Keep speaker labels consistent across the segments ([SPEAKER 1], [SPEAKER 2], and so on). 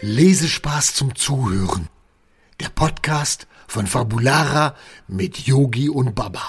[SPEAKER 1] Lesespaß zum Zuhören. Der Podcast von Fabulara mit Yogi und Baba.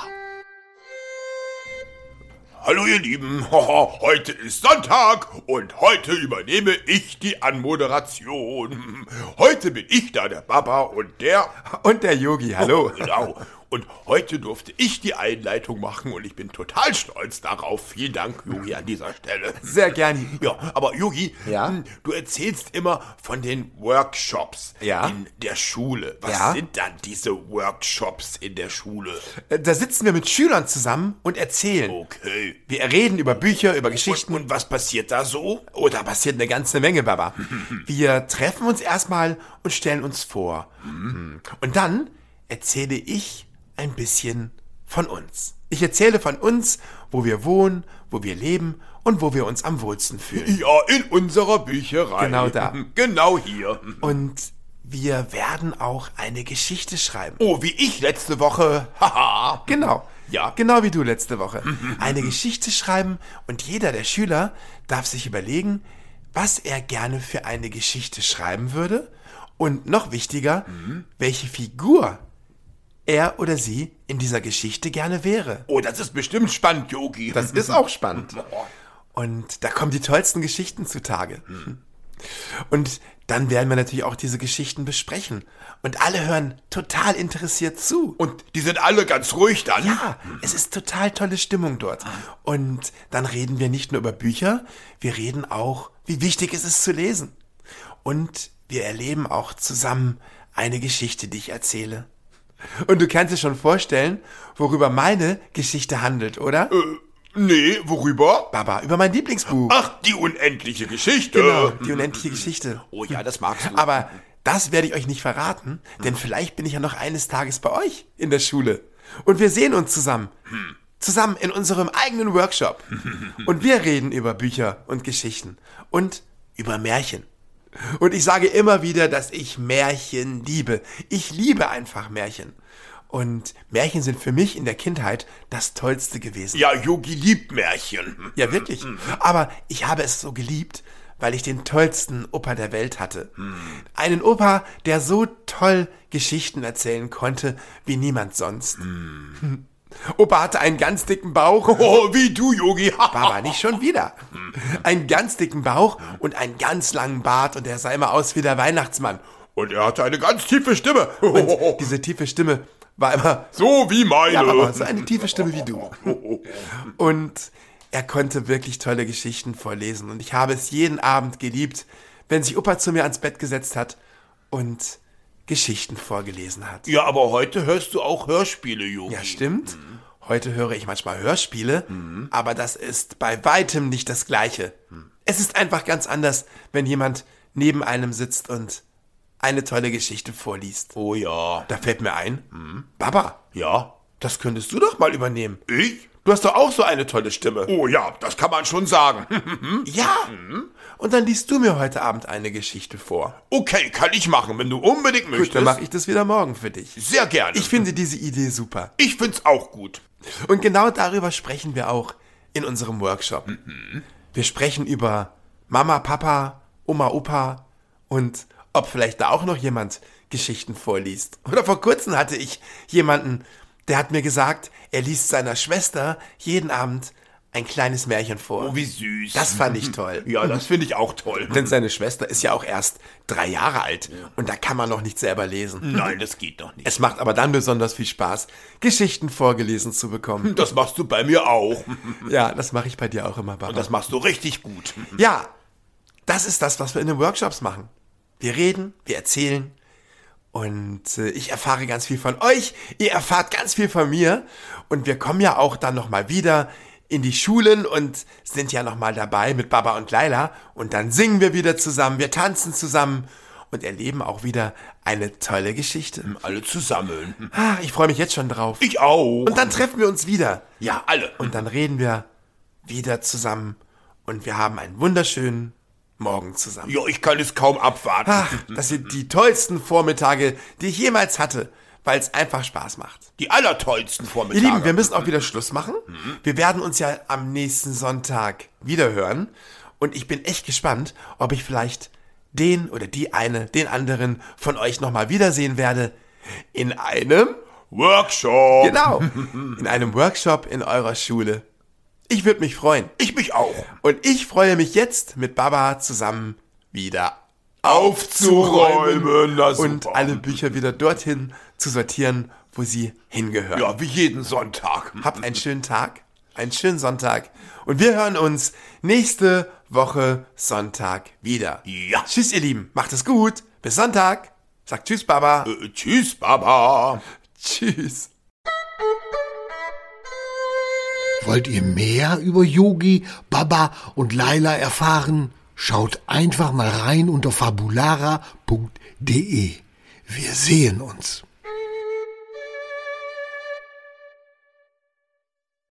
[SPEAKER 2] Hallo ihr Lieben, Haha, heute ist Sonntag und heute übernehme ich die Anmoderation. Heute bin ich da, der Baba und der...
[SPEAKER 3] Und der Yogi, hallo.
[SPEAKER 2] Genau. Und heute durfte ich die Einleitung machen und ich bin total stolz darauf. Vielen Dank, Yogi, an dieser Stelle.
[SPEAKER 3] Sehr gerne.
[SPEAKER 2] Ja, aber Yogi,
[SPEAKER 3] Ja?
[SPEAKER 2] hm, du erzählst immer von den Workshops
[SPEAKER 3] Ja?
[SPEAKER 2] in der Schule. Was
[SPEAKER 3] Ja?
[SPEAKER 2] sind dann diese Workshops in der Schule?
[SPEAKER 3] Da sitzen wir mit Schülern zusammen und erzählen.
[SPEAKER 2] Okay.
[SPEAKER 3] Wir reden über Bücher, über
[SPEAKER 2] Und,
[SPEAKER 3] Geschichten.
[SPEAKER 2] Oh. und was passiert da so?
[SPEAKER 3] Oh, da passiert eine ganze Menge, Baba. Wir treffen uns erstmal und stellen uns vor.
[SPEAKER 2] Mhm.
[SPEAKER 3] Hm. Und dann erzähle ich ein bisschen von uns. Ich erzähle von uns, wo wir wohnen, wo wir leben und wo wir uns am wohlsten fühlen.
[SPEAKER 2] Ja, in unserer Bücherei.
[SPEAKER 3] Genau da.
[SPEAKER 2] Genau hier.
[SPEAKER 3] Und wir werden auch eine Geschichte schreiben.
[SPEAKER 2] Oh, wie ich letzte Woche. Haha.
[SPEAKER 3] Genau.
[SPEAKER 2] Ja.
[SPEAKER 3] Genau wie du letzte Woche. Eine Geschichte schreiben und jeder der Schüler darf sich überlegen, was er gerne für eine Geschichte schreiben würde und noch wichtiger, welche Figur er oder sie in dieser Geschichte gerne wäre.
[SPEAKER 2] Oh, das ist bestimmt spannend, Yogi.
[SPEAKER 3] Das ist auch spannend. Und da kommen die tollsten Geschichten zutage. Und dann werden wir natürlich auch diese Geschichten besprechen. Und alle hören total interessiert zu.
[SPEAKER 2] Und die sind alle ganz ruhig dann.
[SPEAKER 3] Ja, es ist total tolle Stimmung dort. Und dann reden wir nicht nur über Bücher, wir reden auch, wie wichtig es ist zu lesen. Und wir erleben auch zusammen eine Geschichte, die ich erzähle. Und du kannst dir schon vorstellen, worüber meine Geschichte handelt, oder?
[SPEAKER 2] Äh, Ah. nee, worüber?
[SPEAKER 3] Baba, über mein Lieblingsbuch.
[SPEAKER 2] Ach, die unendliche Geschichte.
[SPEAKER 3] Genau, die unendliche Geschichte.
[SPEAKER 2] Oh ja, das magst du.
[SPEAKER 3] Aber das werde ich euch nicht verraten, denn vielleicht bin ich ja noch eines Tages bei euch in der Schule. Und wir sehen uns zusammen. Zusammen in unserem eigenen Workshop. Und wir reden über Bücher und Geschichten und über Märchen. Und ich sage immer wieder, dass ich Märchen liebe. Ich liebe einfach Märchen. Und Märchen sind für mich in der Kindheit das Tollste gewesen.
[SPEAKER 2] Ja, Yogi liebt Märchen.
[SPEAKER 3] Ja, wirklich. Aber ich habe es so geliebt, weil ich den tollsten Opa der Welt hatte. Einen Opa, der so toll Geschichten erzählen konnte wie niemand sonst. Opa hatte einen ganz dicken Bauch.
[SPEAKER 2] Oh, wie du, Yogi.
[SPEAKER 3] Baba, nicht schon wieder. Einen ganz dicken Bauch und einen ganz langen Bart und er sah immer aus wie der Weihnachtsmann.
[SPEAKER 2] Und er hatte eine ganz tiefe Stimme. Oh.
[SPEAKER 3] Und diese tiefe Stimme war immer
[SPEAKER 2] so wie meine.
[SPEAKER 3] ja, Papa, so eine tiefe Stimme wie du. Und er konnte wirklich tolle Geschichten vorlesen. Und ich habe es jeden Abend geliebt, wenn sich Opa zu mir ans Bett gesetzt hat und Geschichten vorgelesen hat.
[SPEAKER 2] ja, aber heute hörst du auch Hörspiele, Yogi.
[SPEAKER 3] Ja, stimmt. Heute höre ich manchmal Hörspiele, aber das ist bei weitem nicht das Gleiche. Es ist einfach ganz anders, wenn jemand neben einem sitzt und eine tolle Geschichte vorliest.
[SPEAKER 2] Oh ja.
[SPEAKER 3] Da fällt mir ein, Baba,
[SPEAKER 2] Ja.
[SPEAKER 3] das könntest du doch mal übernehmen.
[SPEAKER 2] Ich?
[SPEAKER 3] Du hast doch auch so eine tolle Stimme.
[SPEAKER 2] Oh ja, das kann man schon sagen.
[SPEAKER 3] Hm. Ja. Mhm. Und dann liest du mir heute Abend eine Geschichte vor.
[SPEAKER 2] Okay, kann ich machen, wenn du unbedingt
[SPEAKER 3] Gut, dann
[SPEAKER 2] möchtest.
[SPEAKER 3] mache ich das wieder morgen für dich.
[SPEAKER 2] Sehr gerne.
[SPEAKER 3] Ich finde diese Idee super.
[SPEAKER 2] ich find's auch gut.
[SPEAKER 3] Und genau darüber sprechen wir auch in unserem Workshop.
[SPEAKER 2] Mhm.
[SPEAKER 3] Wir sprechen über Mama, Papa, Oma, Opa und ob vielleicht da auch noch jemand Geschichten vorliest. Oder vor kurzem hatte ich jemanden, der hat mir gesagt, er liest seiner Schwester jeden Abend ein kleines Märchen vor.
[SPEAKER 2] Oh, wie süß.
[SPEAKER 3] Das fand ich toll.
[SPEAKER 2] ja, das finde ich auch toll.
[SPEAKER 3] Denn seine Schwester ist ja auch erst drei Jahre alt und da kann man noch nicht selber lesen.
[SPEAKER 2] Nein, das geht doch nicht.
[SPEAKER 3] Es macht aber dann besonders viel Spaß, Geschichten vorgelesen zu bekommen.
[SPEAKER 2] Das machst du bei mir auch.
[SPEAKER 3] Ja, das mache ich bei dir auch immer, Baba.
[SPEAKER 2] Das machst du richtig gut.
[SPEAKER 3] ja, das ist das, was wir in den Workshops machen. Wir reden, wir erzählen und äh, ich erfahre ganz viel von euch, ihr erfahrt ganz viel von mir und wir kommen ja auch dann nochmal wieder in die Schulen und sind ja nochmal dabei mit Baba und Laila und dann singen wir wieder zusammen, wir tanzen zusammen und erleben auch wieder eine tolle Geschichte.
[SPEAKER 2] Alle zusammen.
[SPEAKER 3] Ah, ich freue mich jetzt schon drauf.
[SPEAKER 2] Ich auch.
[SPEAKER 3] Und dann treffen wir uns wieder.
[SPEAKER 2] ja, alle.
[SPEAKER 3] Und dann reden wir wieder zusammen und wir haben einen wunderschönen Morgen zusammen.
[SPEAKER 2] Ja, ich kann es kaum abwarten.
[SPEAKER 3] Ach, das sind die tollsten Vormittage, die ich jemals hatte, weil es einfach Spaß macht.
[SPEAKER 2] Die allertollsten
[SPEAKER 3] Ihr
[SPEAKER 2] Vormittage.
[SPEAKER 3] Lieben, wir müssen auch wieder Schluss machen. Wir werden uns ja am nächsten Sonntag wiederhören und ich bin echt gespannt, ob ich vielleicht den oder die eine, den anderen von euch nochmal wiedersehen werde. In einem,
[SPEAKER 2] Workshop.
[SPEAKER 3] genau, in einem Workshop in eurer Schule. Ich würde mich freuen.
[SPEAKER 2] Ich mich auch.
[SPEAKER 3] Und ich freue mich jetzt mit Baba zusammen wieder
[SPEAKER 2] Aufzuräumen,
[SPEAKER 3] aufzuräumen
[SPEAKER 2] na
[SPEAKER 3] und
[SPEAKER 2] super.
[SPEAKER 3] alle Bücher wieder dorthin zu sortieren, wo sie hingehören.
[SPEAKER 2] Ja, wie jeden Sonntag.
[SPEAKER 3] Habt einen schönen Tag, einen schönen Sonntag. Und wir hören uns nächste Woche Sonntag wieder.
[SPEAKER 2] Ja.
[SPEAKER 3] Tschüss, ihr Lieben. Macht es gut. Bis Sonntag. Sagt Tschüss, Baba.
[SPEAKER 2] Äh, tschüss, Baba.
[SPEAKER 3] Tschüss.
[SPEAKER 1] Wollt ihr mehr über Yogi, Baba und Laila erfahren? Schaut einfach mal rein unter fabulara.de. Wir sehen uns.